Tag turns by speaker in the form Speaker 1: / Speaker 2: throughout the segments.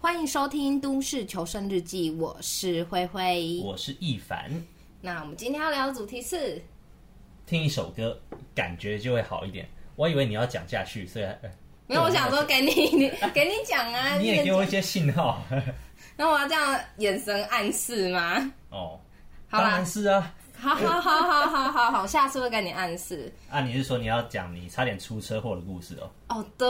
Speaker 1: 欢迎收听《都市求生日记》，我是灰灰。
Speaker 2: 我是易凡，
Speaker 1: 那我们今天要聊的主题是，
Speaker 2: 听一首歌感觉就会好一点。我以为你要讲下去，所以、呃
Speaker 1: 没有，我想说给你，你给你讲啊，
Speaker 2: 你也给我一些信 号
Speaker 1: 那我要这样眼神暗示吗？
Speaker 2: 哦。
Speaker 1: 好啦
Speaker 2: 当然是啊，
Speaker 1: 好好好好好好好，下次会跟你暗示。
Speaker 2: 啊，你是说你要讲你差点出车祸的故事哦？
Speaker 1: 哦，对，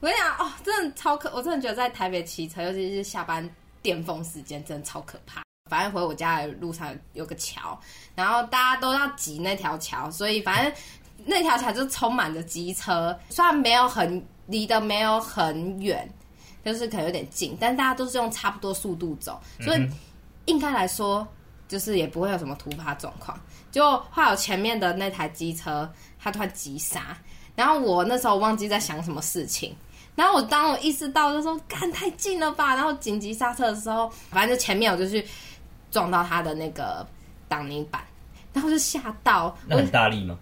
Speaker 1: 我跟你讲，哦，真的超可，我真的觉得在台北骑车，尤其是下班巅峰时间，真的超可怕。反正回我家的路上有个桥，然后大家都要挤那条桥，所以反正那条桥就充满着机车。虽然没有很离得没有很远，就是可能有点近，但大家都是用差不多速度走，所以应该来说就是也不会有什么突发状况。就后来我前面的那台机车，它突然急刹，然后我那时候忘记在想什么事情，然后我当我意识到就说干太近了吧，然后紧急刹车的时候，反正就前面我就去撞到他的那个挡泥板，然后就吓到
Speaker 2: 那
Speaker 1: 我
Speaker 2: 很大力吗？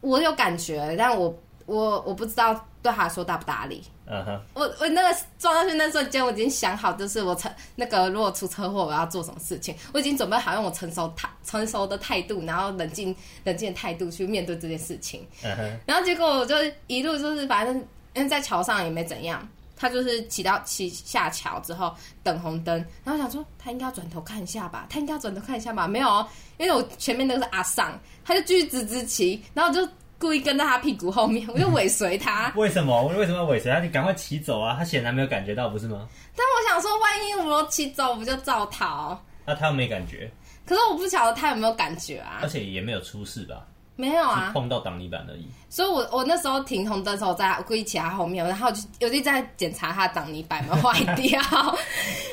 Speaker 1: 我有感觉，但我我我不知道对他来说大不大力。
Speaker 2: 嗯哼，
Speaker 1: 我我那个撞上去那瞬间，我已经想好，就是我成那个如果出车祸，我要做什么事情，我已经准备好用我成熟态成熟的态度，然后冷静冷静的态度去面对这件事情。
Speaker 2: 嗯哼，
Speaker 1: 然后结果我就一路就是反正因为在桥上也没怎样，他就是骑到骑下桥之后等红灯，然后我想说他应该要转头看一下吧，他应该要转头看一下吧，没有哦，因为我前面那个是阿尚，他就继续直直骑，然后我就故意跟在他屁股后面，我就尾随 他。
Speaker 2: 为什么？为什么要尾随他？你赶快骑走啊！他显然没有感觉到，不是吗？
Speaker 1: 但我想说，万一我骑走，我不就造逃？
Speaker 2: 那啊他没感觉，
Speaker 1: 可是我不晓得他有没有感觉啊
Speaker 2: 而，且也没有出事吧？
Speaker 1: 没有
Speaker 2: 是
Speaker 1: 啊，
Speaker 2: 碰到挡泥板而已。
Speaker 1: 所以我我那时候停红灯的时候，我在我故意骑他后面，然后我就有点在检查他的挡泥板有没有坏掉，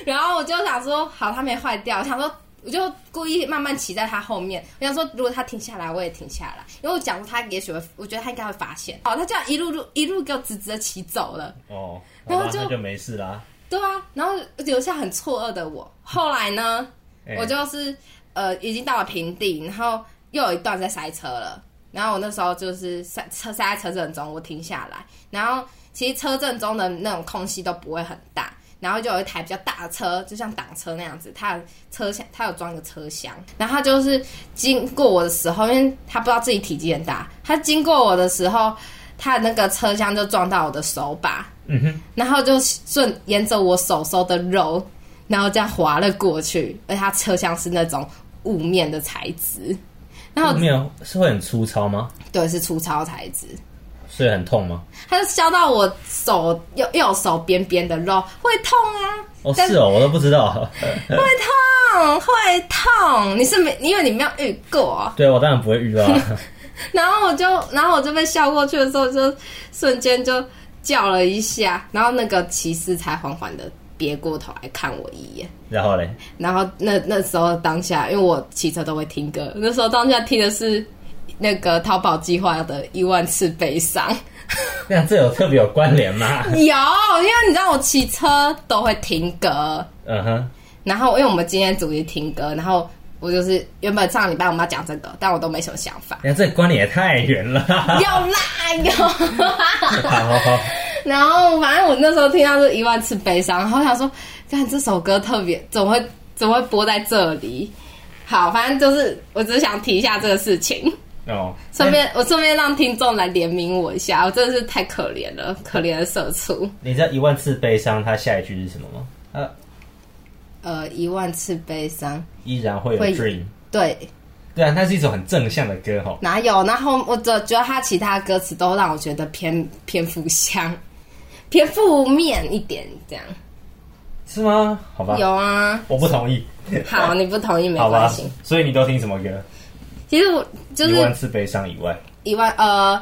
Speaker 1: 然后我就想说，好，他没坏掉，我想说。我就故意慢慢骑在他后面，我想说，如果他停下来，我也停下来，因为我讲过他也许会，我觉得他应该会发现。哦，他这样一路路一路给我直直的骑走了，
Speaker 2: 哦，
Speaker 1: 然后
Speaker 2: 好吧
Speaker 1: 就
Speaker 2: 那就没事啦。
Speaker 1: 对啊，然后留下很错愕的我。后来呢，
Speaker 2: 哎
Speaker 1: 我就是呃已经到了平地，然后又有一段在塞车了。然后我那时候就是塞车塞在车阵中，我停下来，然后其实车阵中的那种空隙都不会很大。然后就有一台比较大的车，就像挡车那样子，它的车厢它有装一个车厢，然后它就是经过我的时候，因为它不知道自己体积很大，它经过我的时候，它的那个车厢就撞到我的手把，
Speaker 2: 嗯哼，
Speaker 1: 然后就顺沿着我手手的肉，然后这样滑了过去，而且它车厢是那种雾面的材质，然后
Speaker 2: 没有，是会很粗糙吗？
Speaker 1: 对是粗糙材质，
Speaker 2: 所以很痛吗？
Speaker 1: 它就削到我手右右手边边的肉，会痛啊，
Speaker 2: 哦，
Speaker 1: 但
Speaker 2: 是哦，我都不知道。
Speaker 1: 会痛会痛，你是没因为你没有遇过，
Speaker 2: 对，我当然不会遇到啊。
Speaker 1: 然后我就然后我就被削过去的时候就瞬间就叫了一下，然后那个骑士才缓缓的别过头来看我一眼。
Speaker 2: 然后嘞，
Speaker 1: 然后那那时候当下，因为我骑车都会听歌，那时候当下听的是那个淘宝计划的《一万次悲伤》
Speaker 2: 那这有特别有关联吗？
Speaker 1: 有，因为你知道我骑车都会听歌，
Speaker 2: 嗯哼，
Speaker 1: 然后因为我们今天主题听歌，然后我就是原本上礼拜我们要讲这个，但我都没什么想
Speaker 2: ，
Speaker 1: 法
Speaker 2: 那这关联也太 远了。好
Speaker 1: 有啦有。
Speaker 2: 好好，
Speaker 1: 然后反正我那时候听到这一万次悲伤，然后我想说，看这首歌特别，怎么会怎么会播在这里？好，反正就是我只是想提一下这个事情，
Speaker 2: 哦，
Speaker 1: 顺便、我顺便让听众来怜悯我一下，我真的是太可怜了，可怜的社畜。
Speaker 2: 你知道一万次悲伤，它下一句是什么吗？呃，
Speaker 1: 呃，一万次悲伤，
Speaker 2: 依然会有
Speaker 1: 会
Speaker 2: dream。
Speaker 1: 对，
Speaker 2: 对啊，它是一首很正向的歌吼。
Speaker 1: 哪有？然后我只觉得他其他歌词都让我觉得偏偏负向、 偏负面一点，这样
Speaker 2: 是吗？好吧，
Speaker 1: 有啊。
Speaker 2: 我不 同意。
Speaker 1: 好，你不同意没
Speaker 2: 好吧
Speaker 1: 关系。，
Speaker 2: 所以你都听什么歌？
Speaker 1: 其实我就是
Speaker 2: 一万次悲伤以外，
Speaker 1: 一万呃，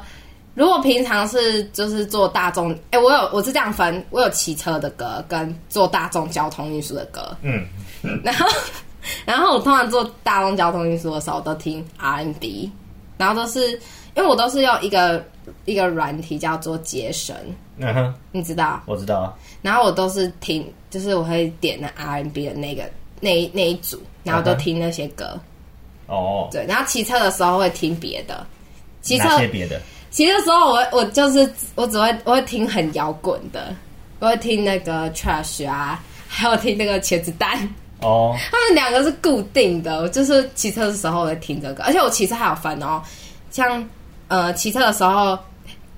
Speaker 1: 如果平常是就是做大众，哎、我有我是这样分，我有骑车的歌跟做大众交通运输的歌，
Speaker 2: 嗯，
Speaker 1: 然后然后我通常做大众交通运输的时候都听 RMB，然后都是因为我都是用一个一个软体叫做节省，
Speaker 2: 嗯哼，
Speaker 1: 你知道，
Speaker 2: 我知道啊。
Speaker 1: 然后我都是听，就是我会点那 RMB 的那个那一那一组，然后都听那些歌，
Speaker 2: 哦，
Speaker 1: 对，然后骑车的时候会听别的。骑车
Speaker 2: 哪些别的？
Speaker 1: 其实那时候我我就是我只会我会听很摇滚的，我会听那个 Trash 啊，还有听那个茄子蛋，
Speaker 2: 哦，
Speaker 1: 他们两个是固定的，我就是骑车的时候我会听这个，而且我骑车还有分哦，像呃骑车的时候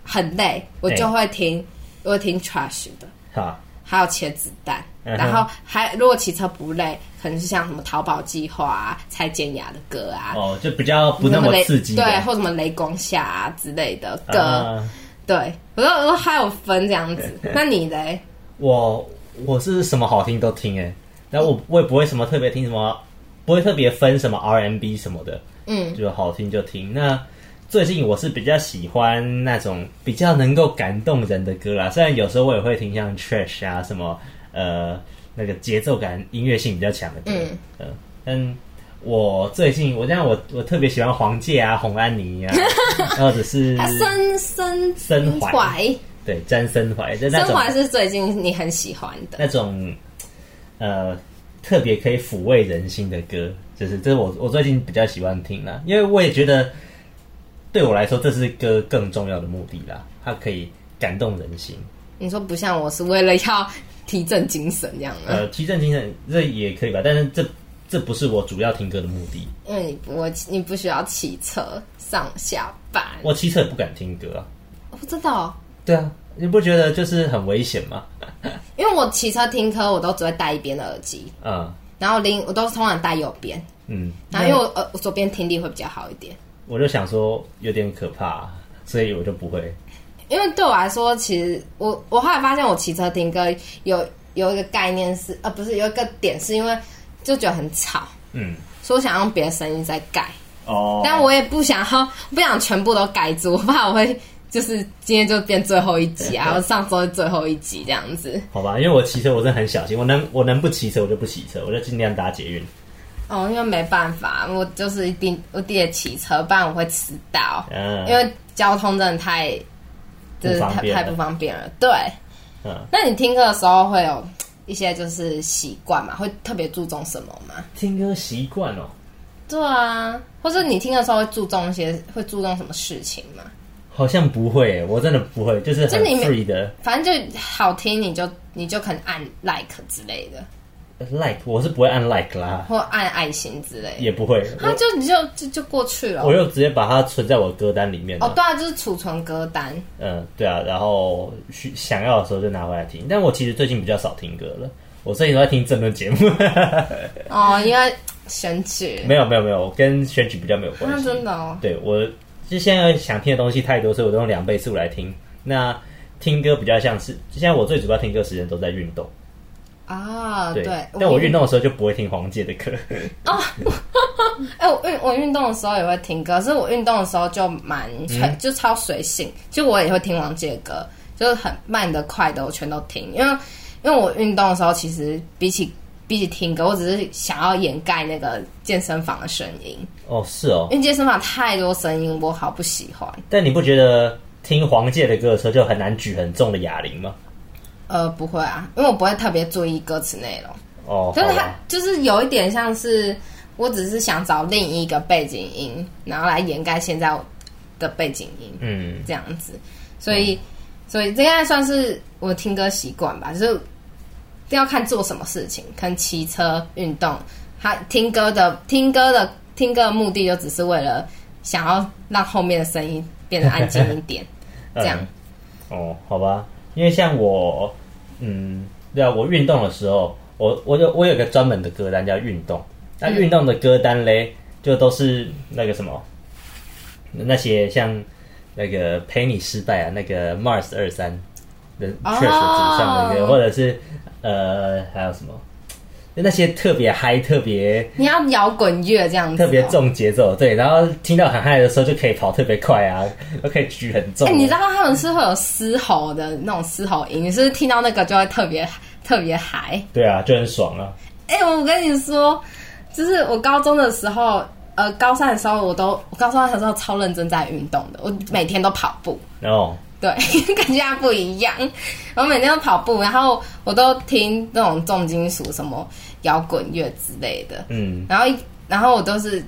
Speaker 1: 很累，我就会听，我会听 Trash 的，
Speaker 2: 哈，
Speaker 1: 还有茄子蛋，
Speaker 2: 嗯哼
Speaker 1: 然后还如果骑车不累，可能是像什么淘宝计划啊、蔡健雅的歌啊，
Speaker 2: 哦，就比较不那么
Speaker 1: 雷
Speaker 2: 刺激的，
Speaker 1: 对，或什么雷光下啊之类的歌，
Speaker 2: 啊
Speaker 1: 对我都我都还有分这样 子。那你嘞？
Speaker 2: 嗯我我是什么好听都听哎、然后我我也不会什么特别听什么，不会特别分什么 RMB 什么的，
Speaker 1: 嗯，
Speaker 2: 就好听就听。那最近我是比较喜欢那种比较能够感动人的歌啦，虽然有时候我也会听像 Trash 啊什么呃那个节奏感音乐性比较强的歌，
Speaker 1: 嗯
Speaker 2: 呃但。我最近，我这样我我特别喜欢黄玠啊、洪安 妮啊，或者是
Speaker 1: 他深深
Speaker 2: 深怀
Speaker 1: 怀，
Speaker 2: 对詹森怀，就那
Speaker 1: 深
Speaker 2: 种
Speaker 1: 怀是最近你很喜欢的。
Speaker 2: 那种呃特别可以抚慰人心的歌，就是这是我我最近比较喜欢听啦，因为我也觉得对我来说这是歌更重要的目的啦，它可以感动人心，
Speaker 1: 你说不像我是为了要提振精神这样的，
Speaker 2: 呃，提振精神这也可以吧，但是这这不是我主要听歌的目的，
Speaker 1: 因为你不我你不需要骑车上下班。
Speaker 2: 我骑车也不敢听歌啊，
Speaker 1: 我不知道，
Speaker 2: 对啊，你不觉得就是很危险吗？
Speaker 1: 因为我骑车听歌，我都只会戴一边的耳机，
Speaker 2: 嗯
Speaker 1: 然后另我都通常戴右边，
Speaker 2: 嗯，
Speaker 1: 然后因为我呃我左边听力会比较好一点。
Speaker 2: 我就想说有点可怕、所以我就不会，
Speaker 1: 因为对我来说，其实我我后来发现，我骑车听歌有有一个概念是，呃，不是有一个点是因为就觉得很吵，
Speaker 2: 嗯，
Speaker 1: 所以我想用别的声音在盖，
Speaker 2: 哦
Speaker 1: 但我也不想要，不想全部都盖住，我怕我会就是今天就变最后一集啊，我上周是最后一集这样子。
Speaker 2: 好吧，因为我骑车我真的很小心，我能我能不骑车我就不骑车，我就尽量搭捷运。
Speaker 1: 哦，因为没办法，我就是一定我弟也骑车，不然我会迟到，
Speaker 2: 嗯，
Speaker 1: 因为交通真的太，就是
Speaker 2: 不方
Speaker 1: 太
Speaker 2: 便
Speaker 1: 太
Speaker 2: 了
Speaker 1: 不方便了，对。
Speaker 2: 嗯，
Speaker 1: 那你听歌的时候会有一些就是习惯嘛？会特别注重什么吗？
Speaker 2: 听歌习惯哦，
Speaker 1: 对啊，或者你听的时候会注重一些，会注重什么事情吗？
Speaker 2: 好像不会耶，我真的不会，就是很
Speaker 1: 这里面
Speaker 2: free 的
Speaker 1: 反正就好听，你就你就肯按 like 之类的，
Speaker 2: like，我是不会按 like 啦，
Speaker 1: 或按爱心之类的，
Speaker 2: 也不会，
Speaker 1: 啊，就你就就就过去了
Speaker 2: 我。又直接把它存在我歌单里面
Speaker 1: 哦，
Speaker 2: 了。
Speaker 1: 对啊，就是储存歌单。
Speaker 2: 嗯，对啊，然后需想要的时候就拿回来听，但我其实最近比较少听歌了。我最近都在听政论节目，
Speaker 1: 哦，因为选举，
Speaker 2: 没有没有没有，跟选举比较没有关
Speaker 1: 那
Speaker 2: 系。
Speaker 1: 真的哦，
Speaker 2: 对我就现在想听的东西太多，所以我都用两倍速来听。那听歌比较像是，现在我最主要听歌时间都在运动，
Speaker 1: 啊，
Speaker 2: 哦对。
Speaker 1: 对。
Speaker 2: 但我运动的时候就不会听黄玠的 歌，
Speaker 1: 哎、我运我运动的时候也会听歌，可是我运动的时候就蛮很、
Speaker 2: 嗯
Speaker 1: 就超随性，就我也会听王杰的歌，就是很慢的、快的，我全都听。因为因为我运动的时候，其实比起比起听歌，我只是想要掩盖那个健身房的声音，
Speaker 2: 哦，是哦。
Speaker 1: 因为健身房太多声音，我好不喜欢。
Speaker 2: 但你不觉得听黄玠的歌的时候就很难举很重的哑铃吗？
Speaker 1: 呃，不会啊，因为我不会特别注意歌词内容，
Speaker 2: 哦，
Speaker 1: 就是
Speaker 2: 好
Speaker 1: 它
Speaker 2: 吧，
Speaker 1: 就是有一点像是，我只是想找另一个背景音，然后来掩盖现在我的背景音。
Speaker 2: 嗯，
Speaker 1: 这样子，所以、所以这应该算是我听歌习惯吧，就是要看做什么事情，可能骑车、运动，他听歌的听歌的听歌的目的就只是为了想要让后面的声音变得安静一点，这样
Speaker 2: 嗯哦，好吧，因为像我，嗯，对啊，我运动的时候，我我有我有个专门的歌单叫运动，那
Speaker 1: 嗯
Speaker 2: 运动的歌单嘞，就都是那个什么，那些像那个陪你失败啊，那个 Mars 二三的 Trash 的主唱那个，
Speaker 1: 哦
Speaker 2: 或者是呃还有什么，那些特别嗨、特别
Speaker 1: 你要摇滚乐这样子哦、
Speaker 2: 特别重节奏，对，然后听到很嗨的时候就可以跑特别快啊，都可以举很重
Speaker 1: 哎、
Speaker 2: 啊。
Speaker 1: 你知道他们是会有嘶吼的那种嘶吼音，你是不是听到那个就会特别特别嗨？
Speaker 2: 对啊，就很爽啊。
Speaker 1: 哎、我跟你说，就是我高中的时候，呃，高三的时候，我都我高中的时候超认真在运动的，我每天都跑步，
Speaker 2: 然后
Speaker 1: 对， 跟人家不一样。我每天都跑步，然后我都听那种重金属、什么摇滚乐之类的，
Speaker 2: 嗯，
Speaker 1: 然后一然后我都是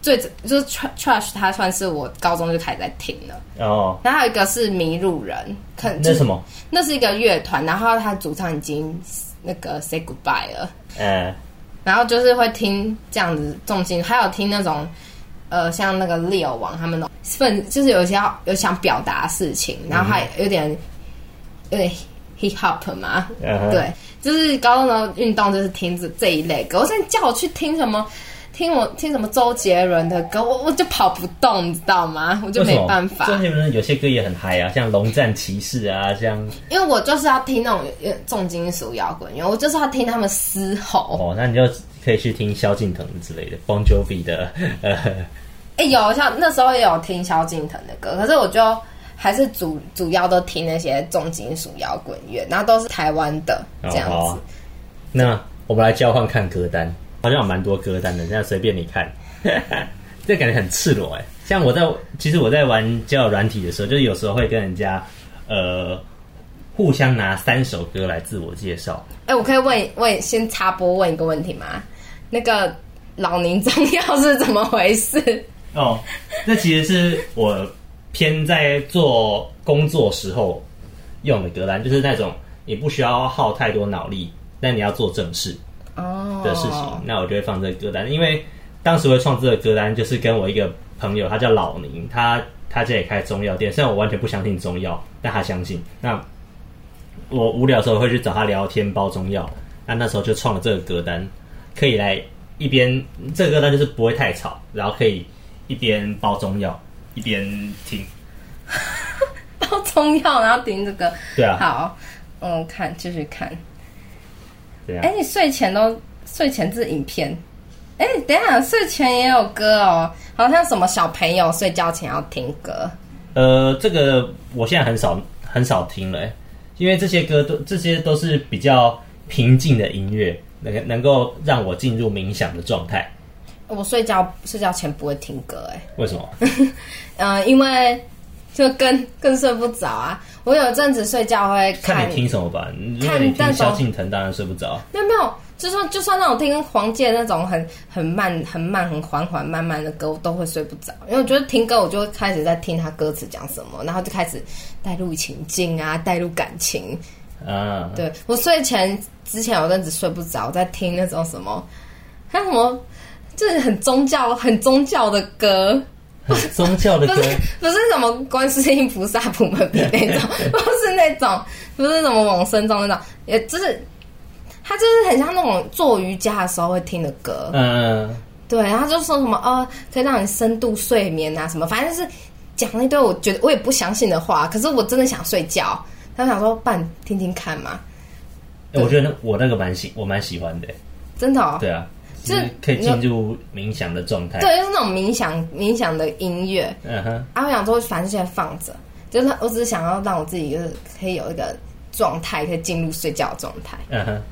Speaker 1: 最就是 Tr- trash，它算是我高中就开始在听了。
Speaker 2: 然后
Speaker 1: 然后还有一个是迷路人，可能
Speaker 2: 那什么，
Speaker 1: 那是一个乐团，然后他主唱已经那个 say goodbye 了，
Speaker 2: 呃，
Speaker 1: 然后就是会听这样子重金，还有听那种呃像那个猎王他们的愤，就是有一些要有想表达的事情，然后还有点、有点 hip hop 嘛，
Speaker 2: 嗯哼
Speaker 1: 对，就是高中的运动就是听这这一类歌。我现在叫我去听什么，听我听什么周杰伦的歌，我我就跑不动，你知道吗？我就
Speaker 2: 为什
Speaker 1: 没
Speaker 2: 么
Speaker 1: 办法，
Speaker 2: 周杰伦有些歌也很嗨啊，像《龙战骑士》啊，像
Speaker 1: 因为我就是要听那种有点重金属摇滚乐，我就是要听他们嘶吼。
Speaker 2: 哦，那你就可以去听萧敬腾之类的，Bon Jovi 的， 呃，
Speaker 1: 哎、有像那时候也有听萧敬腾的歌，可是我就还是主主要都听那些重金属摇滚乐，然后都是台湾的这样
Speaker 2: 哦好
Speaker 1: 子
Speaker 2: 啊。那我们来交换看歌单，好像有蛮多歌单的，现在随便你看， 这感觉很赤裸哎。像我在，其实我在玩交友软体的时候，就是有时候会跟人家，呃，互相拿三首歌来自我介绍。
Speaker 1: 哎、我可以问问先插播问一个问题吗？那个老年中药是怎么回事？
Speaker 2: 哦，那其实是我偏在做工作时候用的歌单，就是那种你不需要耗太多脑力，但你要做正事。
Speaker 1: 哦
Speaker 2: 的事情，那我就会放这个歌单，因为当时会创这个歌单，就是跟我一个朋友，他叫老宁，他他家也开中药店，虽然我完全不相信中药，但他相信。那我无聊的时候会去找他聊天，包中药。那那时候就创了这个歌单，可以来一边这个歌单就是不会太吵，然后可以一边包中药一边听。
Speaker 1: 包中药，然后听这个。
Speaker 2: 对啊，
Speaker 1: 好，嗯，看继续看。
Speaker 2: 对啊
Speaker 1: 哎、，你睡前都睡前是影片？哎、等一下，睡前也有歌哦，好像什么小朋友睡觉前要听歌。
Speaker 2: 呃，这个我现在很少很少听了欸、因为这些歌都这些都是比较平静的音乐，能能够让我进入冥想的状态。
Speaker 1: 我睡觉睡觉前不会听歌、哎，
Speaker 2: 为什 么？
Speaker 1: 嗯、因为就更更睡不着啊。我有阵子睡觉会
Speaker 2: 看
Speaker 1: 看
Speaker 2: 你听什么吧。如果你听
Speaker 1: 那种
Speaker 2: 萧敬腾，当然睡不着。
Speaker 1: 没有没有，就算就算那种听黄玠那种很很慢、很慢、很缓缓、慢慢的歌，我都会睡不着，因为我觉得听歌，我就会开始在听他歌词讲什么，然后就开始带入情境啊，带入感情。
Speaker 2: 啊，
Speaker 1: 对我睡前之前有阵子睡不着，在听那种什么，还有什么，就是很宗教、很宗教的歌，
Speaker 2: 很 宗教的
Speaker 1: 不
Speaker 2: 歌
Speaker 1: 是不是什么观世音菩萨普门品那种， 不是那种，不是什么往生咒那种，也就是他就是很像那种做瑜伽的时候会听的歌，
Speaker 2: 嗯、
Speaker 1: 对，然后就说什么呃，可以让你深度睡眠啊什么，反正就是讲了一堆我觉得我也不相信的话，可是我真的想睡觉，他想说办听听看嘛，
Speaker 2: 欸我觉得那我那个蛮喜，我蛮喜欢的欸、
Speaker 1: 真的哦，
Speaker 2: 对啊，
Speaker 1: 就
Speaker 2: 就是是可以进入冥想的状态。
Speaker 1: 对，就是那种冥想冥想的音乐，
Speaker 2: 嗯哼，
Speaker 1: 啊，我想说，反正现在放着，就是我只是想要让我自己就是可以有一个状态，可以进入睡觉的状态。
Speaker 2: 嗯哼，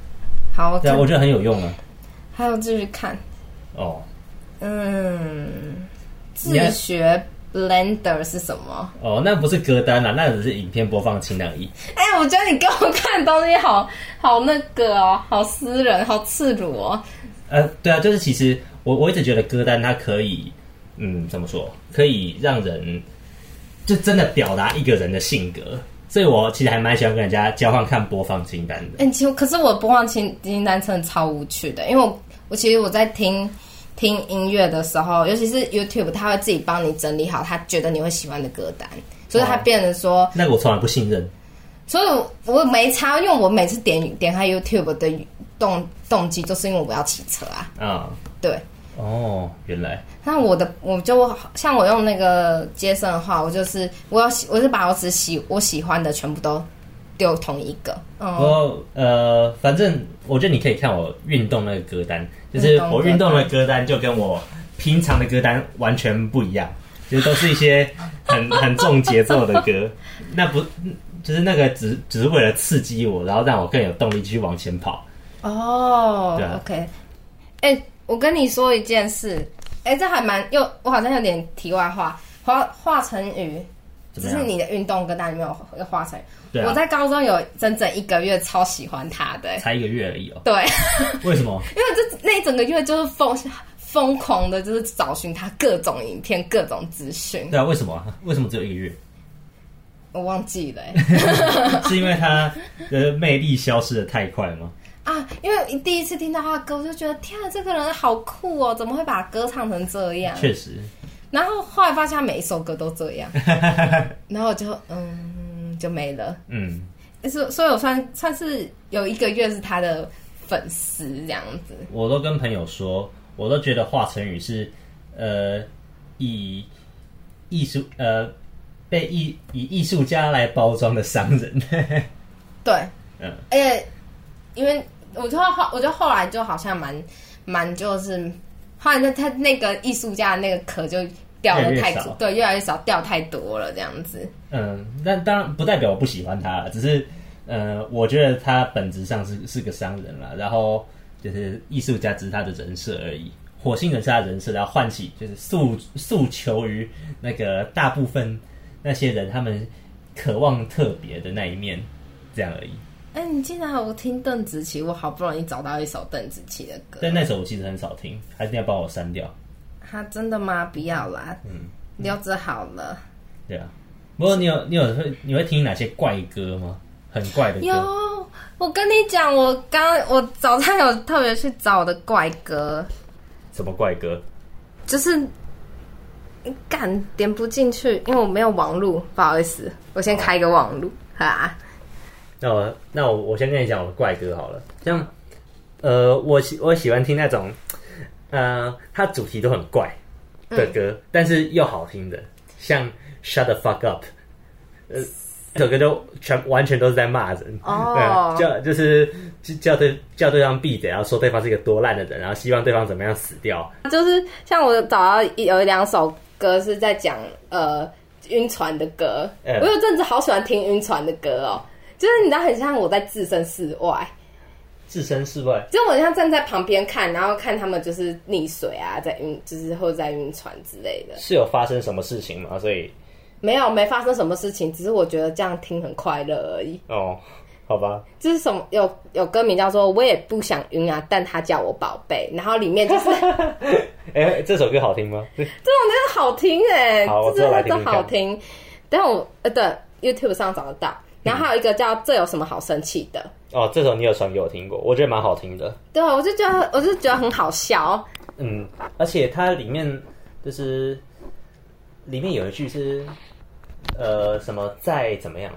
Speaker 1: 好，我
Speaker 2: 对
Speaker 1: 看、
Speaker 2: 啊，我觉得很有用啊。
Speaker 1: 还有继续看，
Speaker 2: 哦，
Speaker 1: 嗯，
Speaker 2: 你还
Speaker 1: 自学 Blender 是什么？
Speaker 2: 哦，那不是歌单啦，那只是影片播放清凉一。
Speaker 1: 哎、我觉得你给我看的东西好好那个哦，好私人，好赤裸、哦。
Speaker 2: 呃，对啊，就是其实我我一直觉得歌单它可以，嗯，怎么说，可以让人就真的表达一个人的性格，所以我其实还蛮喜欢跟人家交换看播放清单的。
Speaker 1: 哎、其实可是我播放清清单真的超无趣的，因为我我其实我在听听音乐的时候，尤其是 YouTube，它会自己帮你整理好他觉得你会喜欢的歌单，所以它
Speaker 2: 哦
Speaker 1: 变得说。
Speaker 2: 那个我从来不信任，
Speaker 1: 所以我我没差，因为我每次点点开 YouTube 的动动机，就是因为我要骑车啊。
Speaker 2: 啊、
Speaker 1: 对，
Speaker 2: 哦，原来，
Speaker 1: 那我的我就像我用那个接生的话，我就是我要喜我是把我只喜我喜欢的全部都丢同一个。
Speaker 2: 不
Speaker 1: 嗯，
Speaker 2: 过呃，反正我觉得你可以看我运动那个歌单，就是我运动的歌单就跟我平常的歌单完全不一样，就是都是一些很很重节奏的歌。 那不就是那个只只是为了刺激我，然后让我更有动力继续往前跑。
Speaker 1: 哦、
Speaker 2: 对啊
Speaker 1: o k 哎、我跟你说一件事，哎、这还蛮又我好像有点题外话，华华晨宇。
Speaker 2: 怎
Speaker 1: 就
Speaker 2: 么
Speaker 1: 是
Speaker 2: 样？
Speaker 1: 你的运动跟单里面有华晨宇，
Speaker 2: 对
Speaker 1: 我
Speaker 2: 啊，
Speaker 1: 在高中有整整一个月超喜欢他的、哎
Speaker 2: 才一个月而已哦。
Speaker 1: 对，
Speaker 2: 为什么？
Speaker 1: 因为这那一整个月就是疯疯狂的，就是找寻他各种影片、各种资讯。
Speaker 2: 对啊，为什么啊？为什么只有一个月？
Speaker 1: 我忘记 了欸、
Speaker 2: 是因为他的魅力消失的太快吗？
Speaker 1: 啊，因为第一次听到他的歌，我就觉得天啊，这个人好酷哦，怎么会把歌唱成这样？
Speaker 2: 确实，
Speaker 1: 然后后来发现他每一首歌都这 样，然后我就嗯就没了。
Speaker 2: 嗯，
Speaker 1: 所所以我算算是有一个月是他的粉丝这样子。
Speaker 2: 我都跟朋友说，我都觉得华晨宇是呃以艺术呃被艺以艺术家来包装的商人。
Speaker 1: 对，
Speaker 2: 嗯，
Speaker 1: 而且因为我就后我就后来就好像蛮蛮就是后来那他那个艺术家的那个壳就掉
Speaker 2: 越来
Speaker 1: 的
Speaker 2: 越
Speaker 1: 太
Speaker 2: 少
Speaker 1: 对越来越少掉太多了这样子。
Speaker 2: 嗯，但当然不代表我不喜欢他啦，只是呃，我觉得他本质上是是个商人啦，然后就是艺术家只是他的人设而已。火星人是他的人设，然后唤起就是诉诉求于那个大部分那些人他们渴望特别的那一面，这样而已。
Speaker 1: 哎、你竟然我听邓紫棋，我好不容易找到一首邓紫棋的歌，
Speaker 2: 但那首我其实很少听，还是你要帮我删掉，
Speaker 1: 他真的吗？不要啦，
Speaker 2: 嗯
Speaker 1: 留着好了。
Speaker 2: 对啊。不过你有你有会你会听哪些怪歌吗？很怪的
Speaker 1: 有
Speaker 2: 歌，，
Speaker 1: 我跟你讲，我刚我早上有特别去找我的怪歌，
Speaker 2: 什么怪歌？
Speaker 1: 就是干点不进去，因为我没有网路，不好意思，我呃先开一个网路啊。
Speaker 2: 那我那我我先跟你讲我的怪歌好了，像呃，我喜我喜欢听那种，呃，它主题都很怪
Speaker 1: 嗯
Speaker 2: 的歌，但是又好听的，像 Shut the fuck up，呃，这首歌就全完全都是在骂人，
Speaker 1: 哦
Speaker 2: 对啊叫就是就叫对叫对方闭嘴，然后说对方是一个多烂的人，然后希望对方怎么样死掉，
Speaker 1: 就是像我找到一有两首歌是在讲呃晕船的歌，
Speaker 2: 嗯
Speaker 1: 我有阵子好喜欢听晕船的歌哦，就是你知道很像我在置身事外，
Speaker 2: 置身事外。
Speaker 1: 就我很像站在旁边看，然后看他们就是溺水啊，在晕，就是或者在晕船之类的。
Speaker 2: 是有发生什么事情吗？所以
Speaker 1: 没有，没发生什么事情，只是我觉得这样听很快乐而已。
Speaker 2: 哦，好吧，
Speaker 1: 这是什么？有有歌名叫做《我也不想晕啊》，但他叫我宝贝。然后里面就是 这种
Speaker 2: 哎、这首歌好听吗？
Speaker 1: 真的好听哎、
Speaker 2: 好我
Speaker 1: 这
Speaker 2: 之
Speaker 1: 真
Speaker 2: 后来
Speaker 1: 的
Speaker 2: 听听
Speaker 1: 真
Speaker 2: 看
Speaker 1: 好听。但我呃，对 YouTube 上找得到。然后还有一个叫《这有什么好生气的》，
Speaker 2: 哦，这首你有传给我听过，我觉得蛮好听的。
Speaker 1: 对啊我就觉得我就觉得很好笑。哦
Speaker 2: 嗯，而且它里面就是里面有一句是呃什么再怎么样，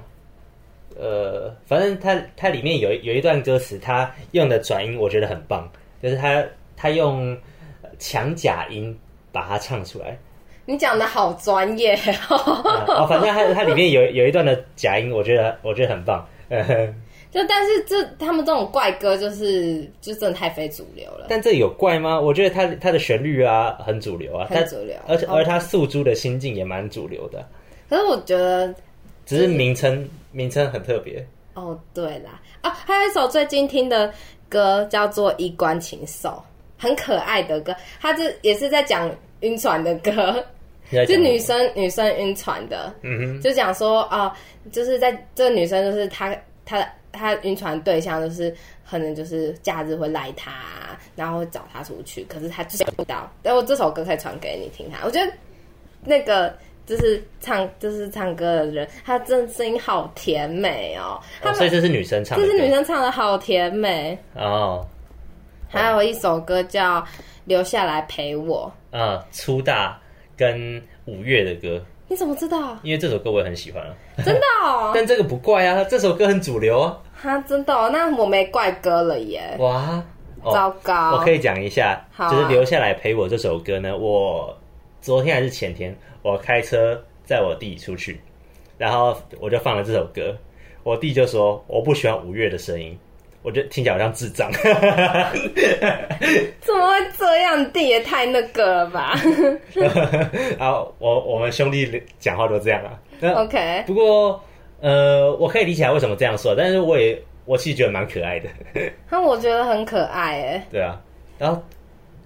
Speaker 2: 呃，反正它它里面有有一段歌词，它用的转音我觉得很棒，就是它它用呃强假音把它唱出来。
Speaker 1: 你讲的好专业哦。
Speaker 2: 啊 哦，反正它它里面有有一段的假音，我觉得我觉得很棒。 呃，
Speaker 1: 就但是这他们这种怪歌就是就真的太非主流了。
Speaker 2: 但这有怪吗？我觉得它它的旋律啊很主流啊，
Speaker 1: 很
Speaker 2: 它
Speaker 1: 主流
Speaker 2: 而且
Speaker 1: 哦
Speaker 2: 而它诉诸的心境也蛮主流的。
Speaker 1: 可是我觉得
Speaker 2: 只是名称名称很特别。
Speaker 1: 哦，对啦，啊，还有一首最近听的歌叫做《衣冠禽兽》，很可爱的歌，它这也是在讲晕船的歌，就女生女生晕船的，
Speaker 2: 嗯
Speaker 1: 就讲说啊、就是在这女生就是她她她晕船对象就是可能就是假日会赖她，啊然后会找她出去，可是她就是不到。但我这首歌可以传给你听啊她，我觉得那个。就是唱，就是唱歌的人，她真的声音好甜美哦。
Speaker 2: 哼，哦，所以这是女生唱
Speaker 1: 这
Speaker 2: 的歌，
Speaker 1: 是女生唱的好甜美。
Speaker 2: 哦，
Speaker 1: 还有一首歌叫《留下来陪我》，
Speaker 2: 啊，粗大跟五月的歌，
Speaker 1: 你怎么知 道？
Speaker 2: 因为这首歌我也很喜欢啊，
Speaker 1: 真的哦，
Speaker 2: 但这个不怪啊，这首歌很主流啊，
Speaker 1: 哈，真的哦，那我没怪歌了耶，
Speaker 2: 哇，
Speaker 1: 糟
Speaker 2: 哦，我
Speaker 1: 糕
Speaker 2: 可。以讲一下，
Speaker 1: 好啊
Speaker 2: 就是留下来陪我这首歌呢，我昨天还是前天，我开车载我弟出去，然后我就放了这首歌，我弟就说我不喜欢五月的声音，我觉得听起来好像智障。
Speaker 1: 怎么会这样？你弟也太那个了 吧
Speaker 2: 啊，我我们兄弟讲话都这样啊。那
Speaker 1: ？OK，
Speaker 2: 不过呃，我可以理解他为什么这样说，但是我也我其实觉得蛮可爱的，
Speaker 1: 那我觉得很可爱哎，
Speaker 2: 对啊。然后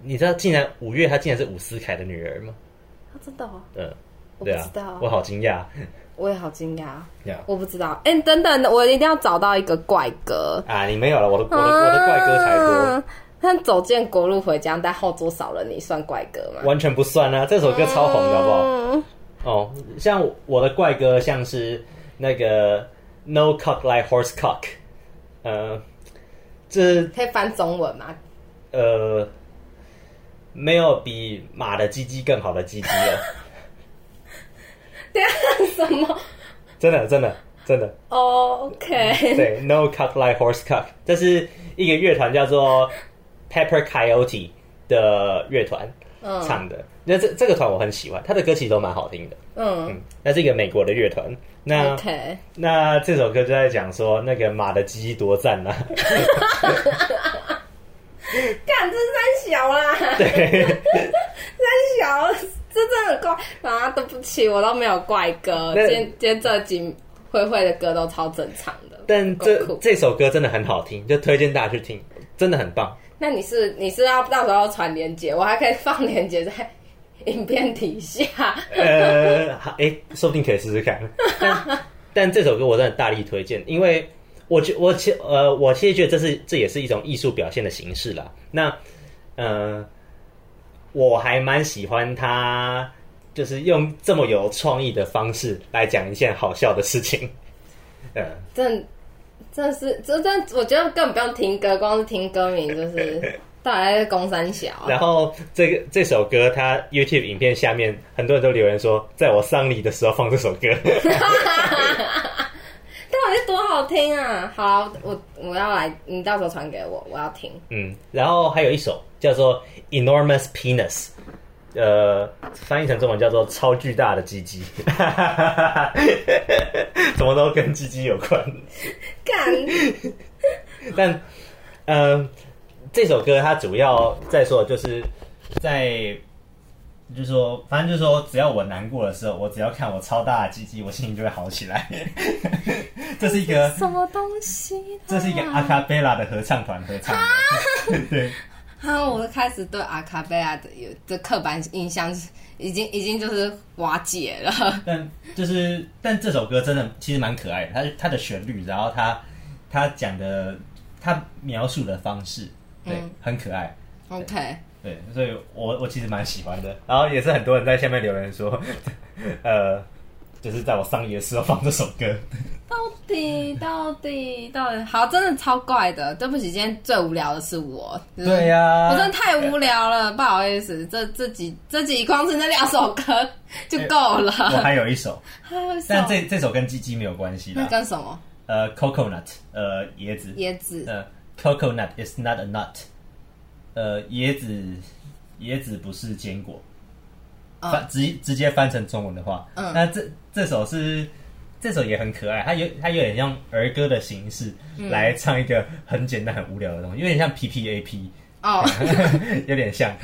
Speaker 2: 你知道，竟然五月她竟然是伍思凯的女儿吗？
Speaker 1: 啊真的哦，
Speaker 2: 嗯，
Speaker 1: 我不
Speaker 2: 对
Speaker 1: 知
Speaker 2: 啊
Speaker 1: 道，，
Speaker 2: 我好惊讶。
Speaker 1: 我也好惊讶，
Speaker 2: 对啊
Speaker 1: 我不知道。哎，等等，我一定要找到一个怪歌。
Speaker 2: 啊，你没有了，我的我的我的怪歌才多。
Speaker 1: 啊但走进国路回家，但后座少了你，算怪哥吗？
Speaker 2: 完全不算啊！这首歌超红的，好不好？
Speaker 1: 嗯，
Speaker 2: 哦，像我的怪歌，像是那个 No cock like horse cock，呃，这
Speaker 1: 可以翻中文吗？
Speaker 2: 呃，没有比马的鸡鸡更好的鸡鸡了，
Speaker 1: 对啊， 什么？
Speaker 2: 真的，真的，真的。
Speaker 1: 哦，OK，
Speaker 2: 对，No Cock Like Horse Cock，这是一个乐团叫做 Pepper Coyote 的乐团唱的。那这这个团我很喜欢，他的歌其实都蛮好听的。
Speaker 1: 嗯
Speaker 2: 嗯，那是一个美国的乐团。那
Speaker 1: ，OK，
Speaker 2: 那这首歌就在讲说那个马的鸡多赞啊，
Speaker 1: 干这三小啦，
Speaker 2: 对，
Speaker 1: 三小，这真的很怪啊！对不起，我都没有怪歌，
Speaker 2: 那
Speaker 1: 今天今天这集慧慧的歌都超正常的，
Speaker 2: 但这
Speaker 1: 够酷
Speaker 2: 这首歌真的很好听，就推荐大家去听，真的很棒。
Speaker 1: 那你是你是要到时候传链接，我还可以放链接在 影片底下。
Speaker 2: 呃，好诶，说不定可以试试看。但但这首歌我真的大力推荐，因为我觉我其呃，我其实觉得这是这也是一种艺术表现的形式啦。那呃，我还蛮喜欢他，就是用这么有创意的方式来讲一件好笑的事情。 呃，
Speaker 1: 真真的是真真，我觉得根本不用听歌，光是听歌名就是 到底在攻三小啊。
Speaker 2: 然后这个这首歌，它 YouTube 影片下面很多人都留言说，在我丧礼的时候放这首歌。
Speaker 1: 到底是多好听啊！好啊我我要来，你到时候传给我，我要听。
Speaker 2: 嗯，然后还有一首叫做《Enormous Penis》，呃，翻译成中文叫做“超巨大的鸡鸡”， 什么都跟鸡鸡有关。
Speaker 1: 干，
Speaker 2: 但，呃，这首歌它主要在说，就是在，就是说，反正就是说，只要我难过的时候，我只要看我超大的鸡鸡，我心情就会好起来。 这是一个，
Speaker 1: 什么东西、啊？
Speaker 2: 这是一个阿卡贝拉的合唱团合唱的，对。
Speaker 1: 啊！我开始对阿卡贝拉的有的刻板印象是已经已经就是瓦解了。
Speaker 2: 但就是，但这首歌真的其实蛮可爱的，它它的旋律，然后它它讲的，它描述的方式，对，
Speaker 1: 嗯
Speaker 2: 很可爱，
Speaker 1: OK，
Speaker 2: 对，所以我我其实蛮喜欢的。然后也是很多人在下面留言说， 呃，就是在我上夜的时候放这首歌，
Speaker 1: 到底到底到底好，真的超怪的。对不起，今天最无聊的是我。就是
Speaker 2: 对啊呀、
Speaker 1: 嗯我真的太无聊了，不好意思，这这几这几光是那两首歌 就够了。
Speaker 2: 我还有一首，
Speaker 1: 还有一首，
Speaker 2: 但这这首跟鸡鸡没有关系
Speaker 1: 哦那
Speaker 2: 啦。
Speaker 1: 跟什么？
Speaker 2: 呃，coconut，呃，椰子，
Speaker 1: 椰子。
Speaker 2: 呃，coconut is not a nut，呃，椰子椰子不是坚果，
Speaker 1: 嗯
Speaker 2: 翻直直接翻成中文的话，
Speaker 1: 嗯
Speaker 2: 那这这首是这首也很可爱，它有它有点像儿歌的形式
Speaker 1: 嗯
Speaker 2: 来唱一个很简单很无聊的东西，有点像 P P A P，
Speaker 1: 哦
Speaker 2: 有 点像，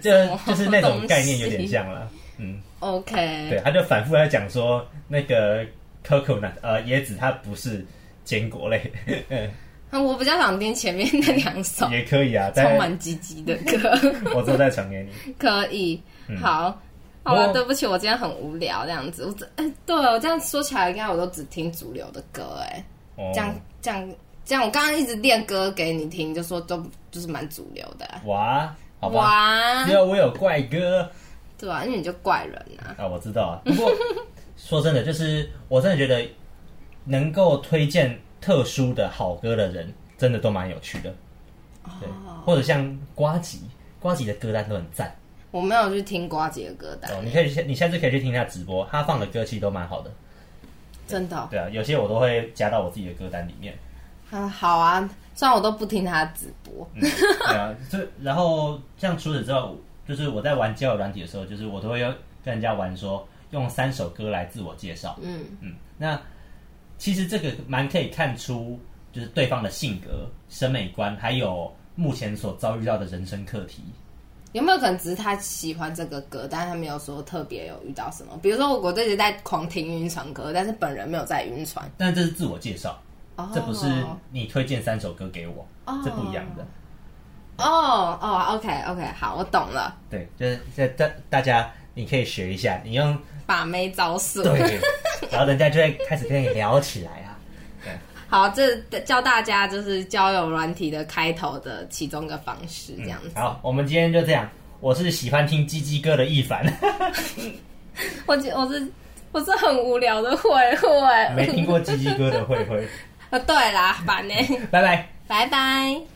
Speaker 2: 就
Speaker 1: 什么
Speaker 2: 就是那种概念有
Speaker 1: 东
Speaker 2: 点
Speaker 1: 西
Speaker 2: 像了，嗯。对，
Speaker 1: ，OK，
Speaker 2: 他就反复在讲说那个 coconut 呃椰子它不是坚果类，
Speaker 1: 那啊我比较想听前面那两首
Speaker 2: 也可以啊，
Speaker 1: 充
Speaker 2: 但
Speaker 1: 满唧唧的歌，
Speaker 2: 我之后再传给你。
Speaker 1: 可以。
Speaker 2: 嗯
Speaker 1: 好，好了，
Speaker 2: 我
Speaker 1: 对不起，我今天很无聊这样子。我这哎，对我这样说起来，应该我都只听主流的歌，哎，
Speaker 2: 哦
Speaker 1: 这样这样这样，我刚刚一直练歌给你听，就说都就是蛮主流的啊。
Speaker 2: 哇，好吧，
Speaker 1: 哇
Speaker 2: 只，有我有怪歌
Speaker 1: 对啊，因为你就怪人啊。
Speaker 2: 啊，我知道啊。 不过说真的，就是我真的觉得能够推荐特殊的好歌的人，真的都蛮有趣的。对，哦或者像瓜吉，瓜吉的歌单都很赞
Speaker 1: 我没有去听瓜姐的歌单，
Speaker 2: 哦。你可以去，你下次可以去听他直播，他放的歌其实都蛮好的。
Speaker 1: 真的哦、
Speaker 2: 对啊，有些我都会加到我自己的歌单里面。
Speaker 1: 啊，好啊，虽然我都不听她的直播，
Speaker 2: 嗯， 对啊，就然后像除此之外，就是我在玩交友软体的时候，就是我都会要跟人家玩说用三首歌来自我介绍。
Speaker 1: 嗯，
Speaker 2: 嗯，那其实这个蛮可以看出，就是对方的性格、审美观，还有目前所遭遇到的人生课题。
Speaker 1: 有没有可能只是她喜欢这个歌，但是她没有说特别有遇到什么？比如说我我这直在狂听晕船歌，但是本人没有在晕船，
Speaker 2: 但这是自我介绍，
Speaker 1: 哦，
Speaker 2: 这不是你推荐三首歌给我，
Speaker 1: 哦
Speaker 2: 这不一样的。
Speaker 1: 哦哦，OK OK，好，我懂了，
Speaker 2: 对，就是这大大家你可以学一下，你用
Speaker 1: 把妹招数，
Speaker 2: 对，然后人家就会开始跟你聊起来啊。
Speaker 1: 好，这教大家就是交友软体的开头的其中一个方式，这样子。
Speaker 2: 嗯好，我们今天就这样。我是喜欢听鸡鸡歌的一凡，
Speaker 1: 我觉我是我是很无聊的慧慧，
Speaker 2: 没听过鸡鸡歌的慧慧。
Speaker 1: 哦 呃，对啦，烦呢、
Speaker 2: 拜拜。
Speaker 1: 拜拜。